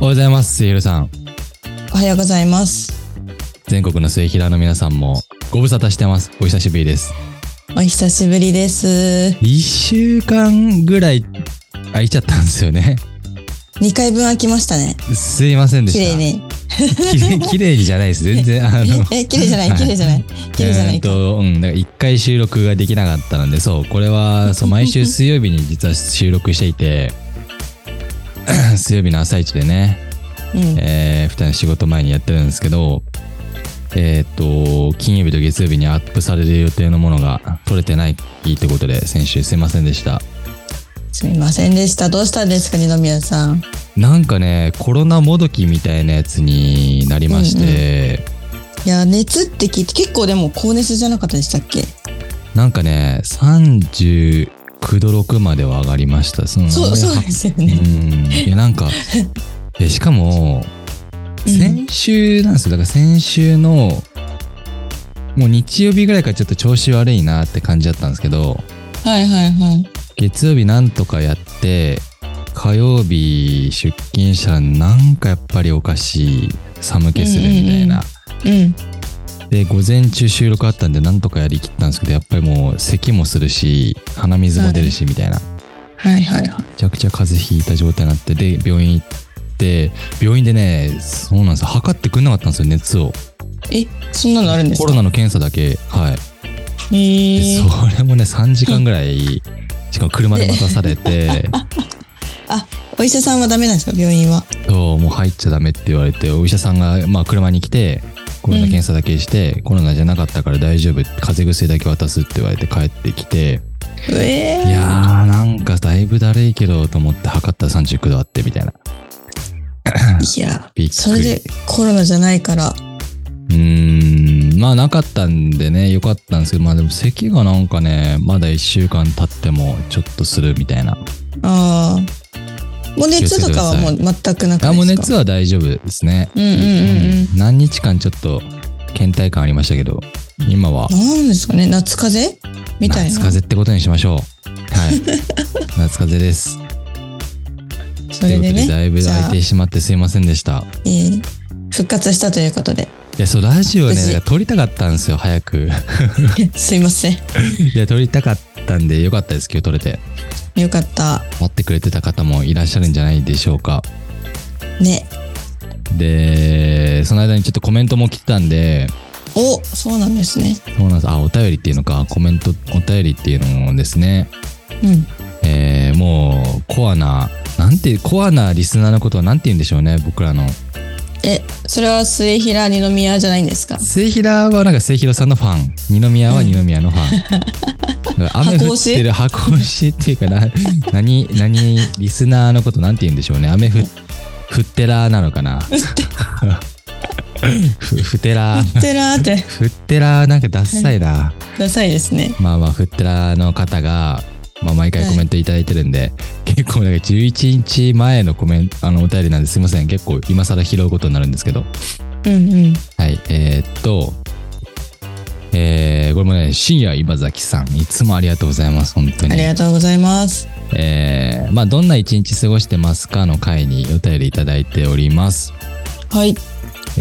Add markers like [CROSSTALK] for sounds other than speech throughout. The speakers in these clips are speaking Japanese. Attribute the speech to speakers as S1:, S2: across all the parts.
S1: ございます、すひるさん。
S2: おはようございます。
S1: 全国の末広の皆さんもご無沙汰してます。お久しぶりです。
S2: お久しぶりです。
S1: 1週間ぐらい空いちゃったんですよね。
S2: 2回分空きましたね。
S1: すいませんでし
S2: 綺
S1: た。
S2: 麗に。。
S1: 綺麗綺麗にじゃないです。全然、あの
S2: [LAUGHS] え、綺麗じゃ
S1: [LAUGHS]
S2: ない、綺麗じゃない。綺麗じゃな
S1: えー
S2: い
S1: っ。と、うん、だから1回収録ができなかったので、そう、これは、そう、毎週水曜日に実は収録していて、 [CLEARS THROAT] 水曜日の朝一でね、
S2: うん。
S1: えー、普段仕事前にやってるんですけど、えーっ、と、金曜日と月曜日にアップされる予定のものが取れてないってことで、先週すいませんでした。
S2: すみませんでした。どうしたんですか、二宮さん。
S1: なんかね、コロナもどきみたいなやつになりまして、
S2: いや、熱って聞いて、結構でも高熱じゃなかったでしたっけ
S1: なんかね、39度6までは上がりました。その
S2: そう、そうですよね。
S1: うん。いや、
S2: [LAUGHS]
S1: なんか、えしかも、
S2: うん
S1: 先週なんですよ。だから先週の、もう日曜日ぐらいからちょっと調子悪いなって感じだったんですけど、
S2: はいはいはい。
S1: 月曜日なんとかやって、火曜日出勤したらなんかやっぱりおかしい、寒気するみたいな。
S2: うん。
S1: で、午前中収録あったんでなんとかやりきったんですけど、やっぱりもう咳もするし、鼻水も出るしみたいな。
S2: はいはいはい。
S1: めちゃくちゃ風邪ひいた状態になってで病院行って病院でねそうなんですよ測ってくれなかったんですよ熱を
S2: え、そんなのあるんです
S1: コ
S2: か
S1: ロナの検査だけはい、
S2: へー
S1: でそれもね3時間ぐらいしかも車で待たされ
S2: [LAUGHS]
S1: て
S2: お医者さんはダメなんですか、病院は。
S1: そうもう入っちゃダメって言われてお医者さんが、まあ、車に来てコロナ検査だけして、コロナじゃなかったから大丈夫風邪薬だけ渡すって言われて帰ってきて
S2: うえ
S1: い
S2: ー
S1: やーなんかだいぶだるいけどと思って測ったら39度あってみたいない
S2: や
S1: びっくり
S2: それでコロナじゃないから。
S1: うーん、まあなかったんでね、よかったんですけど、まあでも咳がなんかね、まだ1週間経ってもちょっとするみたいな。
S2: ああ。もう熱とかはもう全くなくですか
S1: あ、もう熱は大丈夫ですね。
S2: うんうんうんうん。
S1: うん何日間ちょっと倦怠感ありましたけど、今は
S2: なんですかね夏風邪みたいな。
S1: 夏風邪ってことにしましょう。
S2: [LAUGHS]
S1: はい。夏風邪です。
S2: それで
S1: ということで、
S2: ね、
S1: だいぶ空いてしまってすいませんでした。
S2: えー復活したということで。 [LAUGHS]
S1: いや、そう、ラジオね、
S2: 無事
S1: だから撮りたかったんですよ、早
S2: [LAUGHS]
S1: く。
S2: すいません。
S1: いや、撮りたかったんで、よかったです、今日撮れて。
S2: よかった。
S1: 待ってくれてた方もいらっしゃるんじゃないでしょうか。
S2: ね。
S1: で、その間にちょっとコメントも来てたんで、
S2: おそうなんですね。
S1: そうなんです。あ、お便りっていうのか、コメント、お便りっていうのもですね、
S2: うん。
S1: えーもう、コアな、なんて、コアなリスナーのことはなんて言うんでしょうね、僕らの。
S2: え、それは末平二宮じゃないんですか
S1: 末平はなんか末広さんのファン、二宮は二宮のファン。だから [LAUGHS] 雨降ってる箱押しっていうかな、何、何、リスナーのことなんて言うんでしょうね、雨降降ってらーなのかな。 [LAUGHS] ふ [LAUGHS] ふてらー。
S2: ふってらーって、
S1: フッテラーなんかダッサいな、
S2: ダサいですね。
S1: まあまあフッテラーの方が、まあ、毎回コメントいただいてるんで、結構なんか11日前のコメントあのお便りなんですいません結構今更拾うことになるんですけど
S2: うんうん。
S1: はいえー、っとえー、これもね深夜今崎さんいつもありがとうございます本当
S2: あ
S1: に
S2: りがとうございます。
S1: えー、まあどんな一日過ごしてますかの回にお便りいただいております、
S2: はい。
S1: えー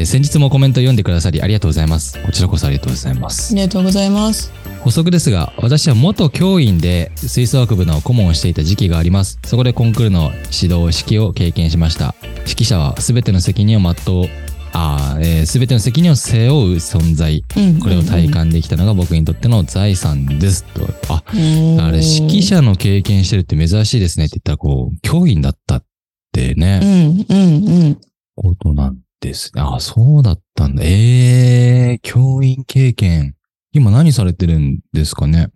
S1: 先日もコメント読んでくださりありがとうございますこちらこそありがとうございます
S2: ありがとうございます。
S1: 補足ですが私は元教員で吹奏楽部の顧問をしていた時期がありますそこでコンクールの指導指揮を経験しました指揮者は全ての責任を全うあー、えー全ての責任を背負う存在
S2: うん。
S1: これを体感できたのが僕にとっての財産ですとあ
S2: うん。
S1: あれ指揮者の経験してるって珍しいですねって言ったらこう教員だったって
S2: う
S1: ね、
S2: んうんうん。
S1: ことなんですねあそうだったんだえー、教員経験今何されてるんですかね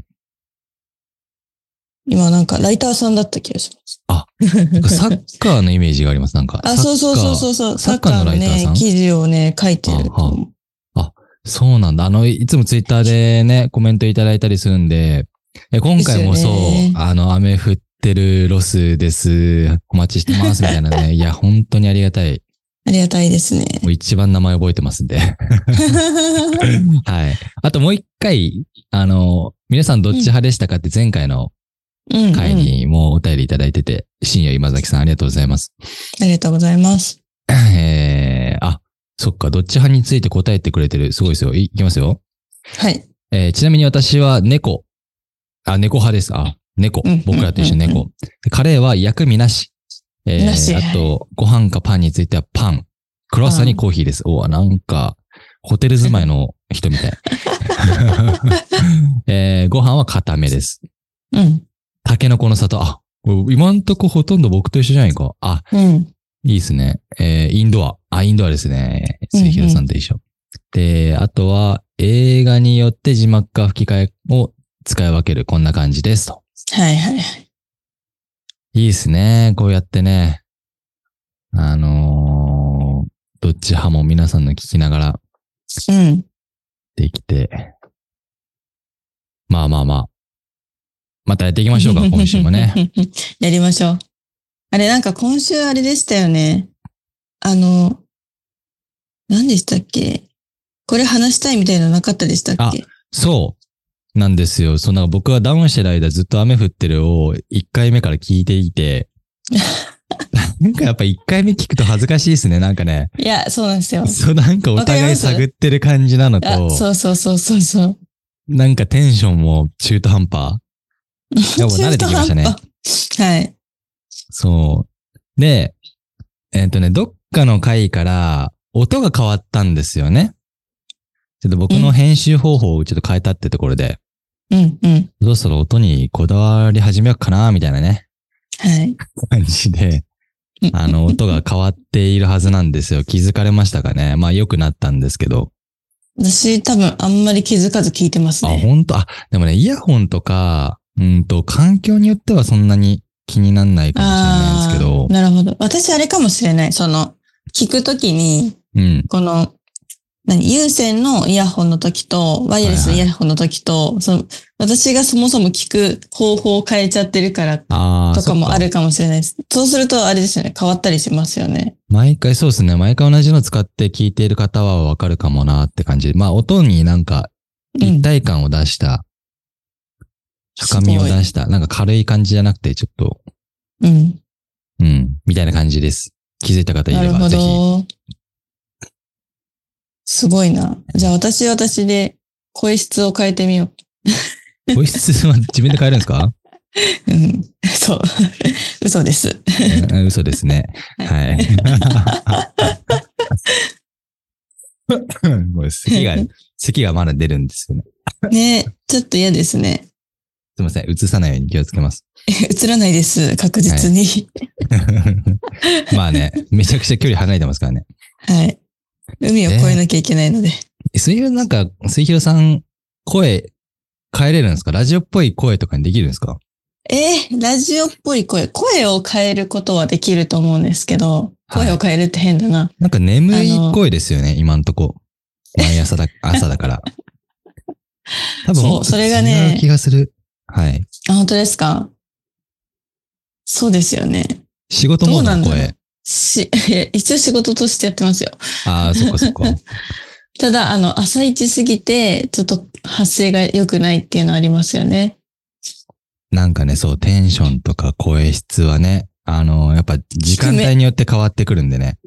S2: 今なんかライターさんだった気がします。
S1: なんかサッカーのイメージがあります。なんか。
S2: あ、そうそうそう
S1: う。
S2: そうそう。
S1: サッカーのライターさん
S2: サッカね、記事をね、書いてると思う。
S1: そうなんだ。あの、いつもツイッターでね、コメントいただいたりするんで、え今回もそう、
S2: ですよね
S1: あの、雨降ってるロスです。お待ちしてます。みたいな
S2: [LAUGHS]
S1: ね。いや、本当にありがたい。
S2: ありがたいです
S1: [LAUGHS]
S2: ね。
S1: もう一番名前覚えてますん
S2: [LAUGHS]
S1: で。はい。あともう一回、あの、皆さんどっち派でしたかって前回の
S2: うん、うん。あ
S1: 回
S2: り
S1: にもうお便りいただいてて、深夜今崎さんありがとうございます。
S2: がとうございます。
S1: えー、あ、そっか、どっち派について答えてくれてる。すごいですよ。いいきますよ。
S2: はい。
S1: えーちなみに私は猫。あ、猫派です。あ、猫
S2: うん。
S1: 僕らと一緒に
S2: うんう
S1: 猫。でカレーは薬味なし。えー
S2: なし
S1: あと、ご飯かパンについてはパン。クロワッサンにコーヒーです。おわ、なんか、ホテル住まいの人
S2: [LAUGHS]
S1: みたい。えーご飯は固めです。
S2: うん。
S1: タケノコの里。あ、これ今んとこほとんど僕と一緒じゃないか。あ、
S2: うん。
S1: いいですね。えーインドア。あ、インドアですね。末広さんと一緒。で、あとは、映画によって字幕か吹き替えを使い分ける。こんな感じです。と。
S2: はいはいはい。
S1: いいですね。こうやってね。あのーどっち派も皆さんの聞きながら
S2: うん。
S1: できて。まあまあまあ。またやっていきましょうか、今週もね。。
S2: [LAUGHS] やりましょう。あれ、なんか今週あれでしたよね。あの、何でしたっけこれ話したいみたいなのなかったでしたっけ
S1: そう。なんですよ。そんな僕がダウンしてる間ずっと雨降ってるを1回目から聞いてい
S2: [LAUGHS]
S1: て。なんかやっぱ1回目聞くと恥ずかしいですね。なんかね。
S2: いや、そうなんですよ。
S1: そうなんかお
S2: わかり
S1: 互
S2: ま
S1: い
S2: す
S1: 探ってる感じなの
S2: あ、
S1: と、
S2: そうそうそうそうそう。
S1: なんかテンションも中途半
S2: [LAUGHS]
S1: 端。でも慣れてきましたね
S2: 中途半端。はい。
S1: そう。で、えっ、とね、どっかの回から音が変わったんですよね。ちょっと僕の編集方法をちょっと変えたってところで、
S2: うんうん。
S1: そろそろ音にこだわり始めようかな、みたいな
S2: [LAUGHS]
S1: ね。
S2: はい。
S1: 感じで、あの、音が変わっているはずなん
S2: [LAUGHS]
S1: ですよ。気づかれましたかねまあ、良くなったんですけど。
S2: 私多分あんまり気づかず聞いてます
S1: あ、
S2: ね。
S1: ほんと、あ、でもね、イヤホンとか、うんと、環境によってはそんなに気になんないかもしれないんですけど
S2: ー、なるほど。私あれかもしれない。その、聞くときに、
S1: うん。
S2: この、何、有線のイヤホンの時と、ワイヤレスのイヤホンの時と、その、私がそもそも聞く方法を変えちゃってるから
S1: ああ、
S2: とかも
S1: そっ
S2: あるかもしれないです。そうすると、あれですよね、変わったりしますよね。
S1: 毎回そうですね。毎回同じの使って聞いている方はわかるかもなって感じで。まあ、音になんか
S2: う
S1: 一
S2: ん。
S1: 体感を出した、高みを出した、なんか軽い感じじゃなくて、ちょっと、
S2: うん。
S1: うん、みたいな感じです。気づいた方い
S2: な
S1: れ
S2: る
S1: ば、
S2: ほ
S1: ぜひ。
S2: ど。すごいな。じゃあ私は私で声質を変えてみよう。
S1: 保室は自分で変えるんです
S2: [LAUGHS]
S1: か
S2: うん。そう。 [LAUGHS] 嘘です。
S1: うん嘘ですね。はい。
S2: [LAUGHS]
S1: ごめん咳が、咳がまだ出るんですよね。
S2: ねちょっと嫌ですね。
S1: すいません。映さないように気をつけます。 [LAUGHS]
S2: 映らないです。確実に。
S1: まあね、めちゃくちゃ距離離れてますからね。
S2: はい。海を越えなきゃいけないので。
S1: 水広なんか、水広さん、声、変えれるんですかラジオっぽい声とかにできるんですか
S2: えーラジオっぽい声。声を変えることはできると思うんですけど、
S1: はい
S2: 声を変えるって変だな。
S1: なんか眠い
S2: あの
S1: 声ですよね、今んとこ。毎
S2: [LAUGHS]
S1: 朝だ、朝だから。多分、
S2: そう
S1: もっと
S2: それがね
S1: 違う気がする。はい。
S2: あ、本当ですかそうですよね。
S1: 仕事モードの
S2: どうなんだろ
S1: 声。
S2: し、いや一応仕事としてやってますよ。
S1: ああ、そっかそっ
S2: [LAUGHS]
S1: か。
S2: ただ、あの、朝一すぎて、ちょっと発声が良くないっていうのはありますよね。
S1: なんかね、そう、テンションとか声質はね、あのやっぱ時間帯によって変わってくるんでね。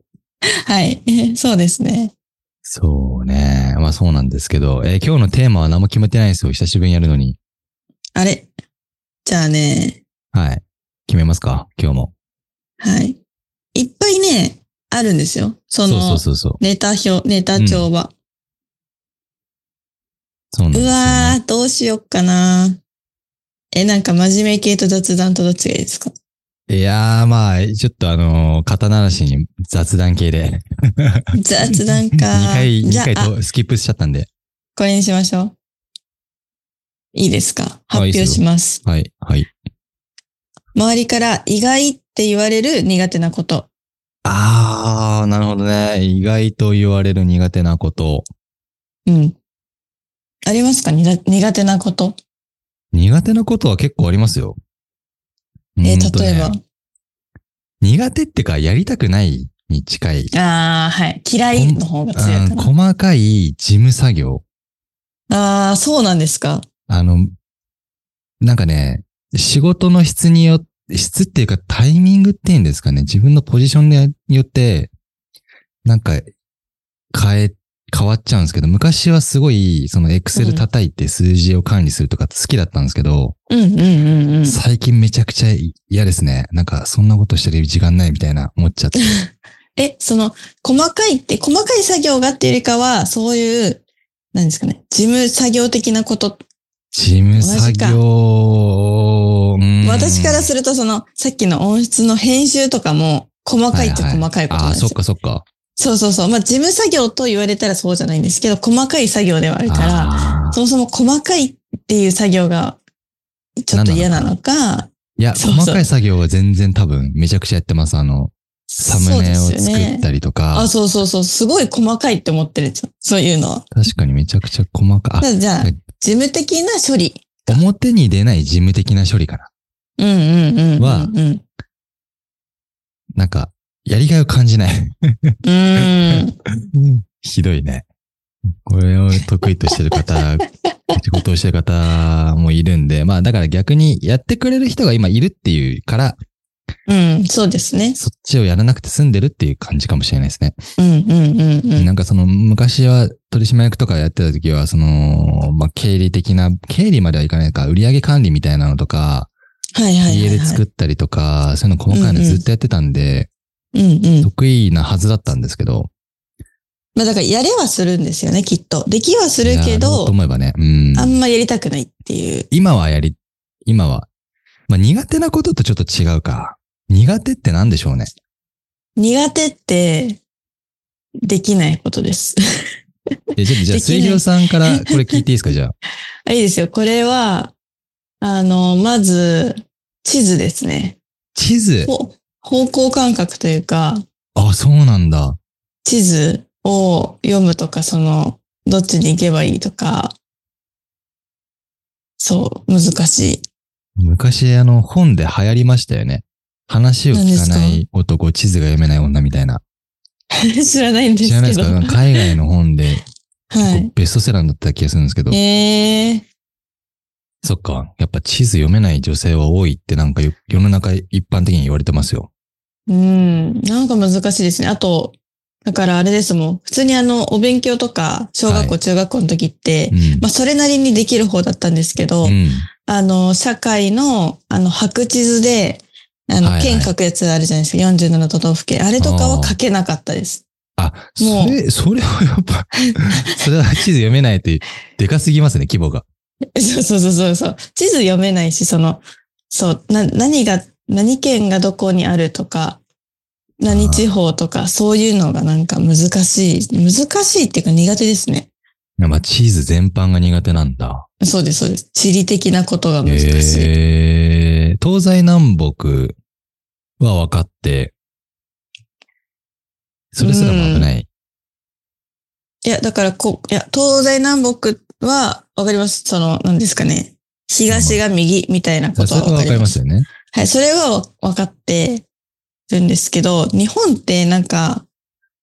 S2: はい。 [LAUGHS] えーそうですね。
S1: そうね。まあそうなんですけど、えー今日のテーマは何も決めてないんですよ。久しぶりにやるのに。
S2: あれじゃあね、
S1: はい。決めますか今日も。
S2: はい。いっぱいね、あるんですよ。そ
S1: そう
S2: の、
S1: そうそうそう。
S2: ネタ表、ネタ帳は。
S1: そうなんで
S2: う
S1: すよ、
S2: わ
S1: ね。
S2: ー、どうしよっかな。え、なんか真面目系と雑談とどっちがいいで
S1: [LAUGHS]
S2: すか
S1: いやー、まあ、ちょっとあのー肩慣らしに雑談系で。。
S2: 雑談か
S1: 2回、
S2: じゃ
S1: 2回
S2: あ、あ
S1: とスキップしちゃったんで。
S2: これにしましょう。いいですか発
S1: あいいっすよ
S2: 表します。
S1: はい、はい。
S2: 周りから意外って言われる苦手なこと。
S1: あー、なるほどね。意外と言われる苦手なこと。
S2: うん。ありますかにが苦手なこと。
S1: 苦手なことは結構ありますよ。
S2: え
S1: うんとね
S2: 例えば。
S1: 苦手ってか、やりたくないに近い。
S2: ああ、はい。嫌いの方が強いか
S1: うん
S2: な。
S1: 細かい事務作業。
S2: ああ、そうなんですか。
S1: あの、なんかね、仕事の質によ質っていうかタイミングっていうんですかね、自分のポジションによって、なんか、変え、変わっちゃうんですけど、昔はすごい、そのエクセル叩いて数字を管理するとか好きだったんですけど、
S2: うんうんうんうん。
S1: 最近めちゃくちゃ嫌ですね。なんか、そんなことしてる時間ないみたいな思っちゃ
S2: [LAUGHS]
S1: って。
S2: え、その、細かいって、細かい作業がっていうよりかは、そういう、何ですかね、事務作業的なこと。
S1: 事務作業、うん
S2: 私からすると、その、さっきの音質の編集とかも、細かいっちゃ
S1: はは
S2: 細かいこと
S1: あ
S2: なん
S1: あ、
S2: で
S1: そ
S2: すよ
S1: っ。かそっか。
S2: そうそうそう。まあ、事務作業と言われたらそうじゃないんですけど、細かい作業ではあるから、
S1: あー
S2: そもそも細かいっていう作業が、ちょっと嫌なのか、
S1: いや、
S2: そうそう
S1: 細かい作業は全然多分めちゃくちゃやってます。あの、サムネを
S2: そうです
S1: 作
S2: よね
S1: ったりとか。
S2: あ、そうそうそう。すごい細かいって思ってるんですよ。そういうのは。
S1: 確かにめちゃくちゃ細かい。
S2: じゃあ
S1: はい、
S2: 事務的な処理。
S1: あ表に出ない事務的な処理かな。
S2: うんうんうんうん、うん。
S1: は
S2: うん。
S1: なんか、やりがいを感じない。
S2: うん。
S1: [LAUGHS] ひどいね。これを得意としてる
S2: [LAUGHS]
S1: 方、仕事をしてる方もいるんで、まあだから逆にやってくれる人が今いるっていうから、
S2: うん、そうですね。
S1: そっちをやらなくて済んでるっていう感じかもしれないですね。
S2: うんうんうんうん。
S1: なんかその昔は取締役とかやってた時は、その、まあ経理的な、経理まではいかないか、売上管理みたいなのとか、
S2: はいはいはい、はい。
S1: 家で作ったりとか、そういうの細かいのずっとやってたんで、
S2: うんうん。
S1: 得意なはずだったんですけど、
S2: まあだから、やれはするんですよね、きっと。できはするけ
S1: やろう
S2: ど
S1: と、思えばね、うん。
S2: あんまやりたくないっていう。
S1: 今はやり、今は、まあ苦手なこととちょっと違うか。苦手って何でしょうね。
S2: 苦手って、できないことです。 [LAUGHS]
S1: えちょっとじゃあ、
S2: できな
S1: 水
S2: い
S1: 行さんからこれ聞いていいですか、じゃあ。
S2: あいいですよ。これは、あの、まず、地図ですね。
S1: 地
S2: [LAUGHS]
S1: 図。
S2: ほ方向感覚というか、
S1: あ、そうなんだ。
S2: 地図を読むとか、その、どっちに行けばいいとか、そう、難しい。
S1: 昔、あの、本で流行りましたよね。話を聞かな
S2: 何で
S1: い男、地図が読めない女みたいな。
S2: 知らないんで [LAUGHS]
S1: 知ら
S2: す
S1: ない
S2: け
S1: です
S2: ど。
S1: か海外の本
S2: [LAUGHS]
S1: で、
S2: は
S1: 結構ベストセラーだった気がするんですけど
S2: い。、えー、
S1: そっか。やっぱ地図読めない女性は多いってなんかよ世の中一般的に言われてますよ。
S2: うん、なんか難しいですね。あと、だからあれですもん。普通にあの、お勉強とか、小学校、
S1: は
S2: 中学校の時って
S1: う、ん
S2: ま。あ、それなりにできる方だったんですけど、
S1: うん。
S2: あの、社会の、あの、白地図で、あ
S1: はい
S2: の、
S1: はい
S2: 県書くやつあるじゃないですか。47都道府県。あれとかは書けなかったです。
S1: あ、
S2: も
S1: そうれ、それはやっ
S2: [LAUGHS]
S1: ぱ、それは地図読めないって、でかすぎますね、規模が。
S2: そうそうそうそうそう。地図読めないし、その、そう、な、何が、何県がどこにあるとか、何地方とか、そういうのがなんか難しい。難しいっていうか苦手ですね。
S1: まあ、チーズ全般が苦手なんだ。
S2: そうです、そうです。地理的なことが難しい。
S1: えー、東西南北は分かって、それすらも危ない。
S2: いや、だからこう、いや、東西南北は、わかります。その、何ですかね。東が右みたいなこ
S1: さそれ
S2: とは
S1: は
S2: わか
S1: 分
S2: り
S1: かり
S2: ま
S1: ますす。よね。
S2: はい、それは分かってるんですけど、日本ってなんか、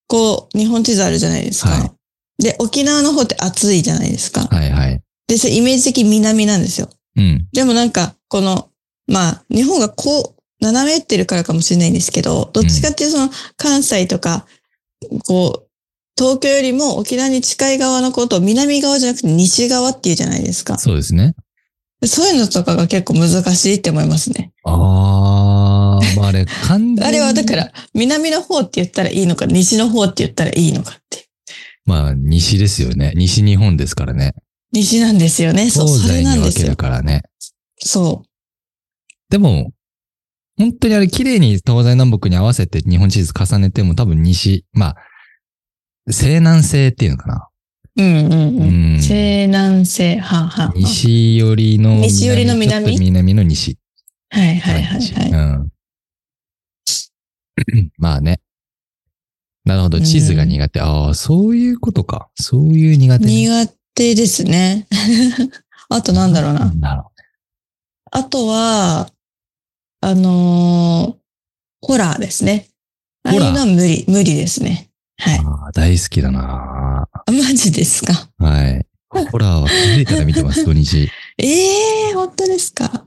S2: こう、日本地図あるじゃないですか。
S1: は
S2: で、沖縄の方って暑いじゃないですか。
S1: はいはい。
S2: で、それイメージ的に南なんですよ。
S1: うん。
S2: でもなんか、この、まあ、日本がこう、斜めってるからかもしれないんですけど、どっちかっていうとその、関西とか、こう、東京よりも沖縄に近い側のことを南側じゃなくて西側っていうじゃないですか。
S1: そうですね。
S2: でそういうのとかが結構難しいって思いますね。
S1: あー、ま
S2: [LAUGHS]
S1: ああれ、完全に
S2: あれはだか。ら、南の方って言ったらいいのか、西の方って言ったらいいのかって。
S1: まあ、西ですよね。西日本ですからね。
S2: 西なんですよね。そう、
S1: 東
S2: それ
S1: 西
S2: な
S1: に
S2: んで
S1: 分
S2: す
S1: け
S2: よ
S1: る。からね。
S2: そ
S1: でも、本当にあれ、綺麗に東西南北に合わせて日本地図重ねても多分西、まあ、西南西っていうのかな。
S2: う。うんう
S1: う
S2: んうん。
S1: ん。
S2: 西南西、はんはんはん。
S1: 西寄りの
S2: 西寄りの南
S1: ちょっと南の西。
S2: はいはいはいはい。
S1: うん。 [CLEARS THROAT] まあね。なるほど。地図が苦手。ああ、そういうことか。そういう苦手ね、
S2: 苦手ですね。 [LAUGHS] あとなんだろうな。
S1: なるほ
S2: あとは、あのーホラーですね。ああいう
S1: ホラー
S2: のは無理、無理ですね。はい。
S1: ど。ああ、大好きだな。
S2: あマジですか。
S1: はい。ホラーは気づいたら見て
S2: [LAUGHS]
S1: ます、土日。
S2: ええー、本当ですか。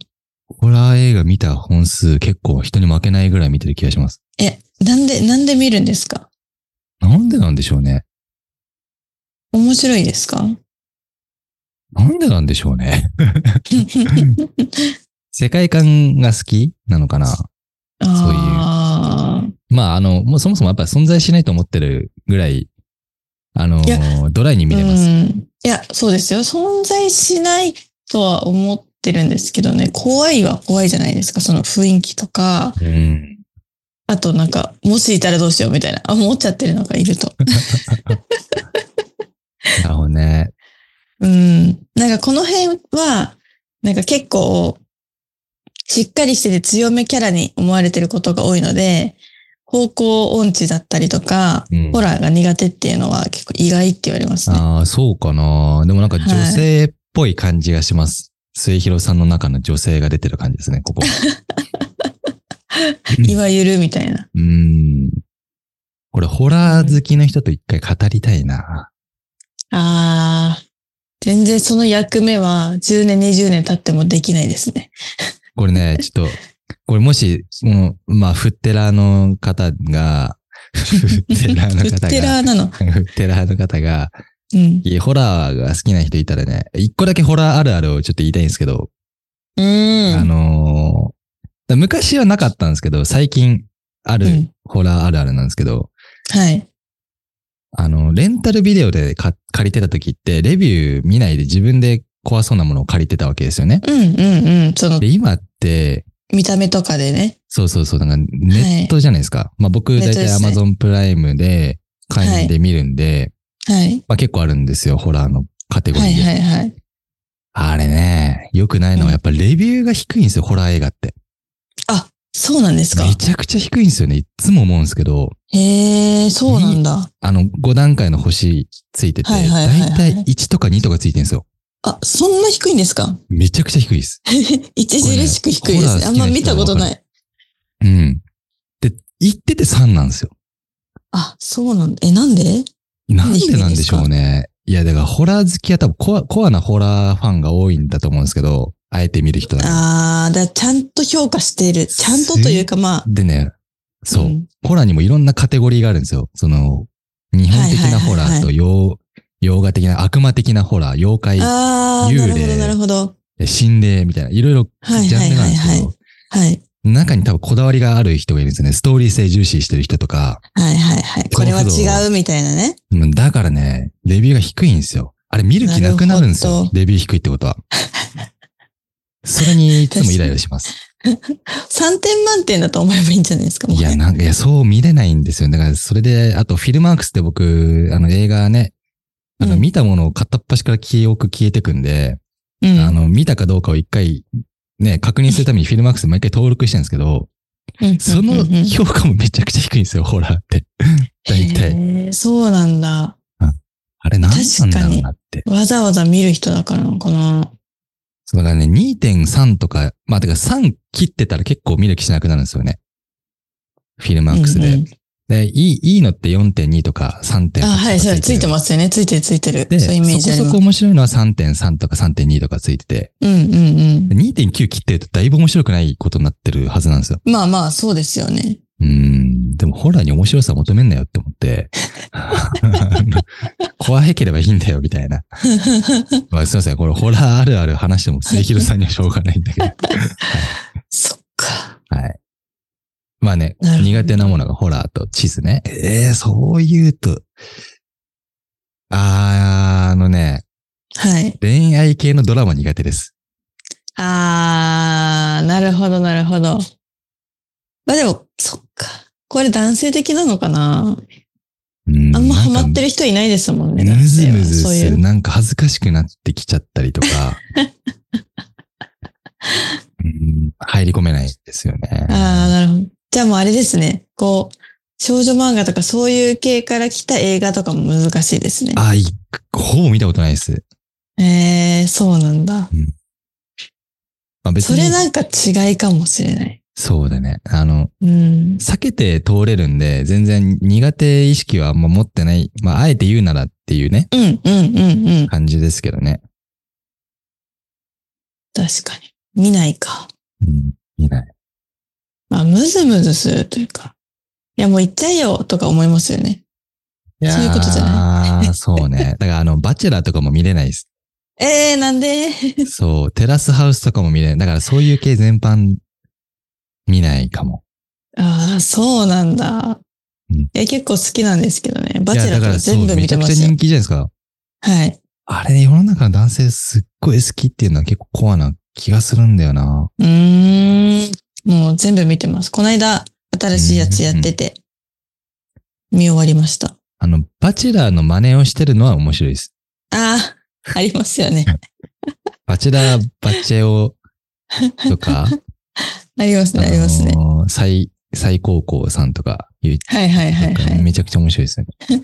S1: ホラー映画見た本数結構人に負けないぐらい見てる気がします。
S2: え、なんで、なんで見るんですか
S1: なんでなんでしょうね。
S2: 面白いですか
S1: なんでなんでしょうね。
S2: [LAUGHS]
S1: [LAUGHS] 世界観が好きなのかな
S2: ああ。
S1: まあ、あの、もうそもそもやっぱ存在しないと思ってるぐらい、あの
S2: いや、
S1: ドライに見れます。
S2: うん。いや、そうですよ。存在しないとは思ってるんですけどね、怖いは怖いじゃないですか。その雰囲気とか、
S1: うん。
S2: あとなんか、もしいたらどうしようみたいな、あ思っちゃってるのがいると。
S1: なるほどね。
S2: うん。なんかこの辺は、なんか結構、しっかりしてて強めキャラに思われてることが多いので、方向音痴だったりとか、
S1: うん
S2: ホラーが苦手っていうのは結構意外って言われますね。
S1: ああ、そうかな。でもなんか女性っぽい感じがします。末広さんの中の女性が出てる感じですね、ここ。
S2: いわゆるみたいな。
S1: うん。これ、ホラー好きの人と一回語りたいな。
S2: ああ、全然その役目は10年、20年経ってもできないですね。
S1: これ
S2: [LAUGHS]
S1: ね、ちょっと、これもし、その、まあ、フッテラーの方
S2: [LAUGHS]
S1: が、フッテラーの
S2: ウッ
S1: 方
S2: テラ
S1: が、
S2: ーなの。
S1: フッテラーの方が、
S2: うん。
S1: いやホラーが好きな人いたらね、一個だけホラーあるあるをちょっと言いたいんですけど、
S2: う
S1: あ
S2: ん。
S1: のーだ昔はなかったんですけど、最近ある、
S2: うん
S1: ホラーあるあるなんですけど、
S2: はい。
S1: あの、レンタルビデオでか借りてた時って、レビュー見ないで自分で怖そうなものを借りてたわけですよね。
S2: うんうんうん。その
S1: で、今って、
S2: 見た目とかでね。そう
S1: そうそうそう、なんかネットじゃないですか。まあ僕、
S2: ネッ
S1: だ
S2: ト
S1: いたい
S2: ですね
S1: Amazon プライムで会員で見るんで、
S2: はい。
S1: まあ結構あるんですよ、ホラーのカテゴリ
S2: は
S1: ー
S2: い
S1: で。
S2: はいはい。
S1: あれね、良くないのはやっぱレビューが低いんですよ、ホラー映画って。
S2: そうなんですか。
S1: めちゃくちゃ低いんですよね。いっつも思うんですけど、
S2: へえ、そうなんだ。
S1: あの、5段階の星ついてて、
S2: はいはいはいは
S1: だ
S2: い
S1: いたい1とか2とかついてるんですよ。
S2: あ、そんな低いんですか
S1: めちゃくちゃ低いです。
S2: 著しく低いですね。
S1: こ
S2: あ
S1: れ
S2: ん
S1: ね
S2: ま見たことない。
S1: うん。で、言ってて3なんですよ。
S2: あ、そうなんだ。え、なんで
S1: なんでなんでしょうね。いや、だからホラー好きは多分コア、コアなホラーファンが多いんだと思うんですけど、あえて見る人だから。
S2: ああ、だからちゃんと評価している。ちゃんとというか、まあ。
S1: でね、そう、
S2: ん
S1: ホラーにもいろんなカテゴリーがあるんですよ。その、日本的なホラーと、洋、洋画的な、悪魔的なホラー、妖怪、
S2: ああ、
S1: 幽霊
S2: なるほど、なるほど。
S1: 心霊みたいな、いろいろ
S2: はい
S1: ジャ
S2: は
S1: ン
S2: い
S1: ルなん
S2: はい
S1: です
S2: は
S1: け
S2: い
S1: ど、。
S2: はい
S1: 中に多分こだわりがある人がいるんですよね。ストーリー性重視してる人とか。
S2: はいはいはい。これは違うみたいなね。
S1: うんだからね、レビューが低いんですよ。あれ見る気なくなるんです
S2: なる
S1: よ
S2: ほ。ど
S1: レビュー低いってこと
S2: [LAUGHS]
S1: は。それにいつもイライラします。
S2: 3点満点だと思えばいいんじゃないですか、もう
S1: い
S2: ね
S1: や、なんか、いや、そう見れないんですよ。だから、それで、あと、フィルマークスで僕、あの、映画ね、あの、
S2: うん
S1: 見たものを片っ端から記憶消えてくんで、
S2: うん。
S1: あの、見たかどうかを一回、ね、確認するためにフィルマークスで毎回登録してるんですけど、
S2: うん
S1: その
S2: うんうん
S1: 評価もめちゃくちゃ低いんですよ、ホラーって。大体。
S2: へーそうなんだ。
S1: あれなんなんだろうなって。
S2: わざわざ見る人だからなのかな。
S1: そうだからね、2.3とか、まあ、てか3切ってたら結構見る気しなくなるんですよね。フィルマークスで。
S2: うんうん
S1: で、いい、いいのって4.2とか3.8とか
S2: あ、はい、そう、ついて
S1: す。
S2: ますよね。ついてるついてる。
S1: で、
S2: そういうイメージあり
S1: そこそ
S2: ます
S1: こ。面白いのは3.3とか3.2とかついてて、
S2: うんうんう
S1: 2.9切ってるとだいぶ面白くないことになってるはずなんですよ。
S2: ん。まあまあ、そうですよね。
S1: うーん。でもホラーに面白さ求めんなよって思って、 [LAUGHS] 怖ければいいんだよ、みたい
S2: [LAUGHS]
S1: な。まあ、すいません。これホラーあるある話しても末広さんにはしょうがないんだけど。
S2: そっか。
S1: はい。まあね、
S2: なるほど
S1: 苦手なものがホラーと地図ね。ええそう言うと。あー、あのね、
S2: はい。
S1: 恋愛系のドラマ苦手です。
S2: あー、なるほど、なるほど。まあでも、そっか。これ男性的なのかな
S1: うん
S2: あんまハマって
S1: る
S2: る人いないですもんね。
S1: むずむ
S2: 男性
S1: ず
S2: はそう
S1: す
S2: い
S1: る。
S2: う。
S1: なんか恥ずかしくなってきちゃった
S2: [LAUGHS]
S1: りとか。うん、入り込めないですよね。
S2: あー、なるほど。じゃあもうあれですね。こう、少女漫画とかそういう系から来た映画とかも難しいですね。
S1: あーいほぼ見たことないです。
S2: えー、そうなんだ。
S1: まあ、別
S2: そ
S1: に
S2: れなんか違いかもしれない。
S1: そうだね。あの、
S2: うん。
S1: 避けて通れるんで、全然苦手意識はあんま持ってない。まあ、あえて言うならっていうね、
S2: うん、うん、うん、うん。
S1: 感じですけどね。
S2: 確かに。見ないか。
S1: うん、いない。
S2: まあ、ムズムズするというか。いや、もう行っちゃえよとか思いますよね。
S1: やー
S2: そういうことじゃない
S1: そうね。だから、あの、バチェラーとかも見れないです。
S2: ええー、なんで [LAUGHS]
S1: そう、テラスハウスとかも見れない。だから、そういう系全般、見ないかも。
S2: ああ、そうなんだ
S1: うん。
S2: え、結構好きなんですけどね。バ
S1: い
S2: チ
S1: や、だ
S2: ェラー
S1: か、
S2: とから
S1: そ
S2: 全
S1: う、
S2: 部
S1: め
S2: 見
S1: ち
S2: て
S1: ゃ
S2: ま
S1: くちゃ
S2: したよ
S1: 人。気じゃないですか。
S2: はい。
S1: あれ、世の中の男性すっごい好きっていうのは結構コアな気がするんだよな。
S2: うーん。もう全部見てます。この間、新しいやつやってて、見終わりました。
S1: あの、バチェラーの真似をしてるのは面白いです。
S2: ああ、あります
S1: [LAUGHS]
S2: よね。
S1: バチェラー、バチェオと
S2: [LAUGHS]
S1: か、
S2: ありますね、ありますね。
S1: のー最、最高校さんとかいう、
S2: はいはいはいは
S1: なんか
S2: い。
S1: めちゃくちゃ面白いです
S2: [LAUGHS]
S1: よね。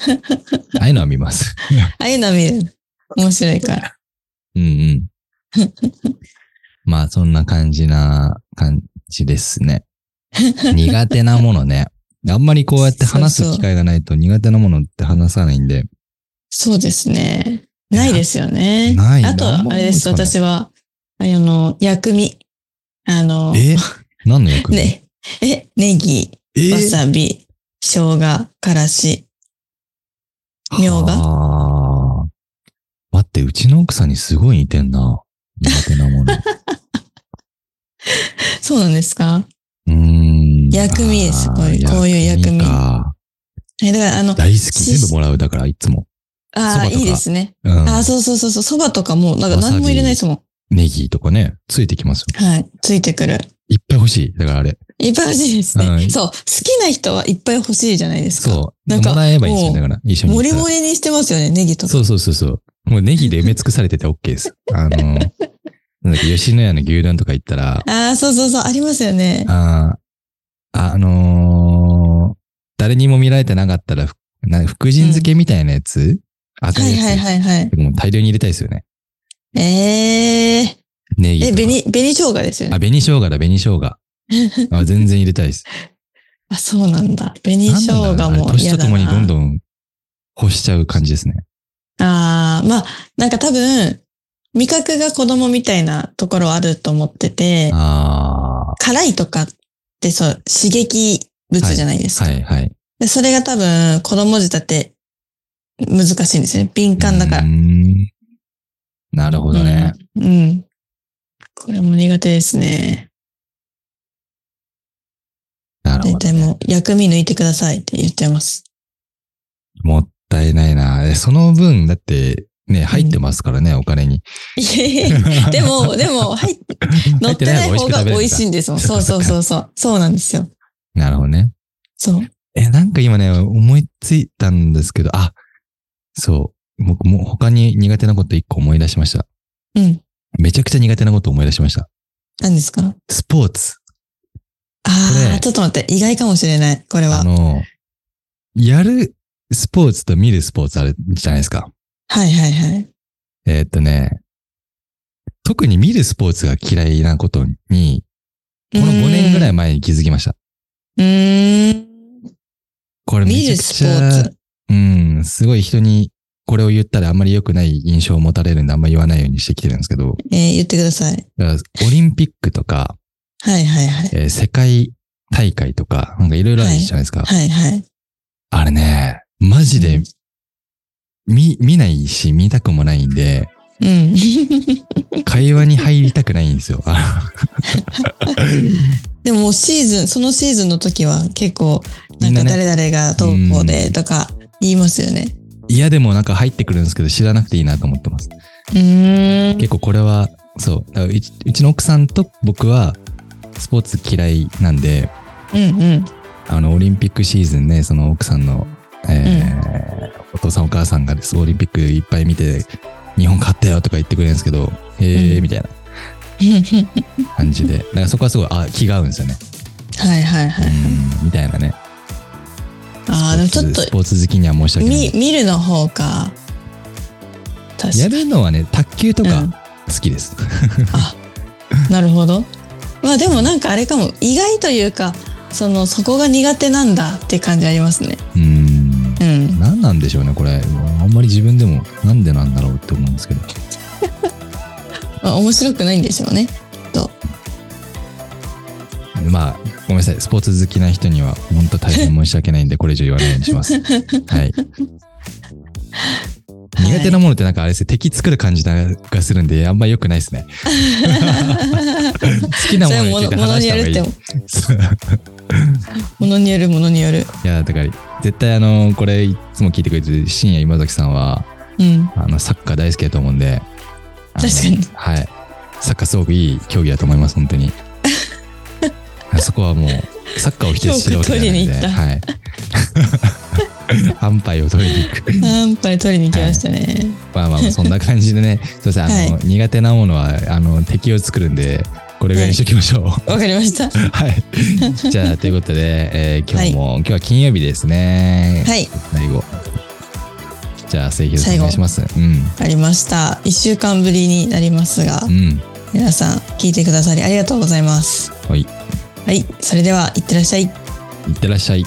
S1: ああいうのは見ます。 [LAUGHS]
S2: ああいうの見る。面白いから。
S1: うんうん。まあ、そんな感じな感じです
S2: [LAUGHS]
S1: ね。苦手なものね。あんまりこうやって話
S2: そう
S1: す
S2: そう
S1: 機会がないと苦手なものって話さないんで。
S2: そうですね。ないですよね。
S1: ない
S2: あと、
S1: なんも
S2: あれです。
S1: 思いつ
S2: 私は、あの、薬味。あの、
S1: え何の役
S2: ね、え、ネギ、
S1: え
S2: わさび、生姜、からし。みょうが
S1: あー待って、うちの奥さんにすごい似てんな。苦手な
S2: [LAUGHS]
S1: もの。う
S2: そうなんですか
S1: ーん。
S2: 薬味です
S1: あー
S2: こういうこういう薬味
S1: か
S2: え、だからあの、
S1: 大好き。全部もらう。だから、いつも。
S2: あ
S1: 蕎
S2: あ、
S1: 麦とか
S2: いいですね。
S1: うん。
S2: ああ、そうそうそうそう、そばとかも、なんか
S1: わさび
S2: 何も入れないですもん。
S1: ネギとかね、ついてきますよ。
S2: はい、ついてくる。
S1: いっぱい欲しい。だからあれ。
S2: いっぱい欲しいですね。
S1: はい
S2: そう、好きな人はいっぱい欲しいじゃないですか。
S1: そう。
S2: なんか
S1: もらえばいいですよ。
S2: も
S1: だか
S2: う
S1: ら、一緒に行
S2: も
S1: った
S2: り
S1: ら。
S2: もりにしてますよね、ネギとか。
S1: そうそうそうそう。もうネギで埋め尽くされてて OK
S2: [LAUGHS]
S1: です。あの、なんだっけ、吉野家の牛丼とか行ったら、
S2: ああ、そうそうそう、ありますよね。
S1: あーあのー誰にも見られてなかったら、ふな福神漬けみたいなやつ、赤
S2: はいい
S1: やつ、
S2: はいはいはい。
S1: もう大量に入れたいですよね。
S2: ええ
S1: ネギと
S2: ー。え、
S1: か。
S2: 紅、紅生姜ですよ
S1: あ、
S2: ね。
S1: 紅生姜だ、紅生姜。あ全然入れたいです。
S2: [LAUGHS] あ、そうなんだ。紅生
S1: なんだ
S2: 姜
S1: ろうなあ
S2: も
S1: れ年
S2: 嫌
S1: と
S2: だ
S1: と
S2: な。
S1: もにどんどん干しちゃう感じですね。
S2: ああ、まあ、なんか多分、味覚が子供みたいなところあると思ってて、
S1: あ
S2: 辛いとかってそう、刺激物じゃないです
S1: あ。
S2: か。
S1: はいはい。
S2: でそれが多分、子供舌って難しいんですよね。敏感だから
S1: うー。んなるほどね。
S2: うん。うん。これも苦手ですね。
S1: なる
S2: 大
S1: ほど
S2: 体
S1: ね、
S2: もう、薬味抜いてくださいって言っちゃ
S1: [LAUGHS]
S2: います。
S1: もったいないな。えその分、だって、ね、入ってますからね、お金に。
S2: いやいやいや [LAUGHS]
S1: [LAUGHS]
S2: でも、でも、はい、乗ってない方が美味しい
S1: い。
S2: んですもん。そうそうそうそう。そうなんですよ。
S1: なるほどね。
S2: そう。
S1: え、なんか今ね、思いついたんですけど、あ、そう。僕もう他に苦手なこと一個思い出しました。
S2: うん。
S1: めちゃくちゃ苦手なこと思い出しました。
S2: 何ですか
S1: スポーツ。こ
S2: あ
S1: れ
S2: あ、ちょっと待って、意外かもしれない、これは。
S1: あ
S2: はい
S1: の、やるスポーツと見るスポーツあるじゃないですか。
S2: はいはい。
S1: えーっとね、特に見るスポーツが嫌いなことに、この5年ぐら
S2: い。
S1: い前に気づきました。
S2: うーん。
S1: これめ
S2: 見
S1: ちゃ
S2: る
S1: く
S2: ス
S1: ち
S2: ポー
S1: ゃ
S2: ツ。、
S1: うん、すごい人にこれを言ったらあんまり良くない印象を持たれるんであんまり言わないようにしてきてるんですけど、
S2: えー言ってください。
S1: だからオリンピックとか、
S2: はいはいはい。
S1: えー世界大会とか、なんかいろいろあるじゃないですか。
S2: はいはい。
S1: あれね、マジで見、見ないし見たくもないんで、
S2: うん。 [LAUGHS]
S1: 会話に入りたくないんですよ。あ
S2: でももうシーズン、そのシーズンの時は結構、な
S1: み
S2: ん
S1: んな
S2: か
S1: ね
S2: 誰々がどうこうでとか言いますよね。
S1: いやでもなんか入ってくるんですけど知らなくていいなと思ってます。
S2: うーん。
S1: 結構これは、そう。だからうちうちの奥さんと僕は、スポーツ嫌いなんで、
S2: うんうん。
S1: あの、オリンピックシーズンね、その奥さんの、えーお父さんお母さんがですオリンピックいっぱい見て、日本勝ったよとか言ってくれるんですけど、へえ
S2: う
S1: ー、
S2: ん
S1: みたいな感じで。だからそこはすごい、あ、気が合うんですよね。
S2: はいはいは
S1: う
S2: い。
S1: ん、みたいなね。
S2: ああ、でもちょっと
S1: ス、ポーツ好きには申し訳な
S2: 見、
S1: い。
S2: 見るの方か。確か
S1: や
S2: に。
S1: るのはね、卓球と
S2: うん
S1: か好きです。 [LAUGHS]
S2: なるほど。まあでもなんかあれかも意外というかそのそこが苦手なんだって感じありますね。
S1: うん。
S2: うん。
S1: 何なんでしょうね、これ。あんまり自分でも、なんでなんだろうって思うんですけど。
S2: まあ、面白くないんでしょうね。
S1: まあ、ごめんなさい。スポーツ好きな人には、本当大変申し訳ないんで、これ以上言わないようにし
S2: [LAUGHS]
S1: ます。はい。苦手なものってなんかあれですね、敵作る感じながするんで、あんま良くない
S2: [LAUGHS]
S1: ですね。好きな
S2: そ
S1: ものに
S2: れも
S1: つい
S2: の
S1: て
S2: もの
S1: 話し
S2: に
S1: た
S2: よ
S1: 方が
S2: る
S1: い
S2: っ
S1: い
S2: て。
S1: そう
S2: ものによるものによる
S1: [LAUGHS] いや、だから、絶対あの、これ、いつも聞いてくれてる深夜今崎さんは、
S2: うん
S1: あの、サッカー大好きだと思うんで。あの
S2: 確かに
S1: はい。サッカーすごくいい競技だと思います、本当
S2: [LAUGHS]
S1: に。そこはもう、サッカーを否定してるわけじゃないんで。
S2: 評価
S1: はい。 [LAUGHS] 安牌を取りに行く。
S2: やっぱり取りに行きましたね、
S1: まあまあ、そんな感じでね、すいません、あの、
S2: は
S1: 苦手なものは、あの、敵を作るんで、これぐらいにしときましょう。
S2: わかりましたは
S1: [LAUGHS] はい。じゃあ、ということで、えー今日も、今日は金曜日ですね。
S2: い
S1: 最後。じゃあ、正規お願いします。うん。
S2: わかりました一週間ぶりになりますが、
S1: うん。
S2: 皆さん聞いてくださりありがとうございます
S1: はい。
S2: はいそれではいってらっしゃい
S1: いってらっしゃい。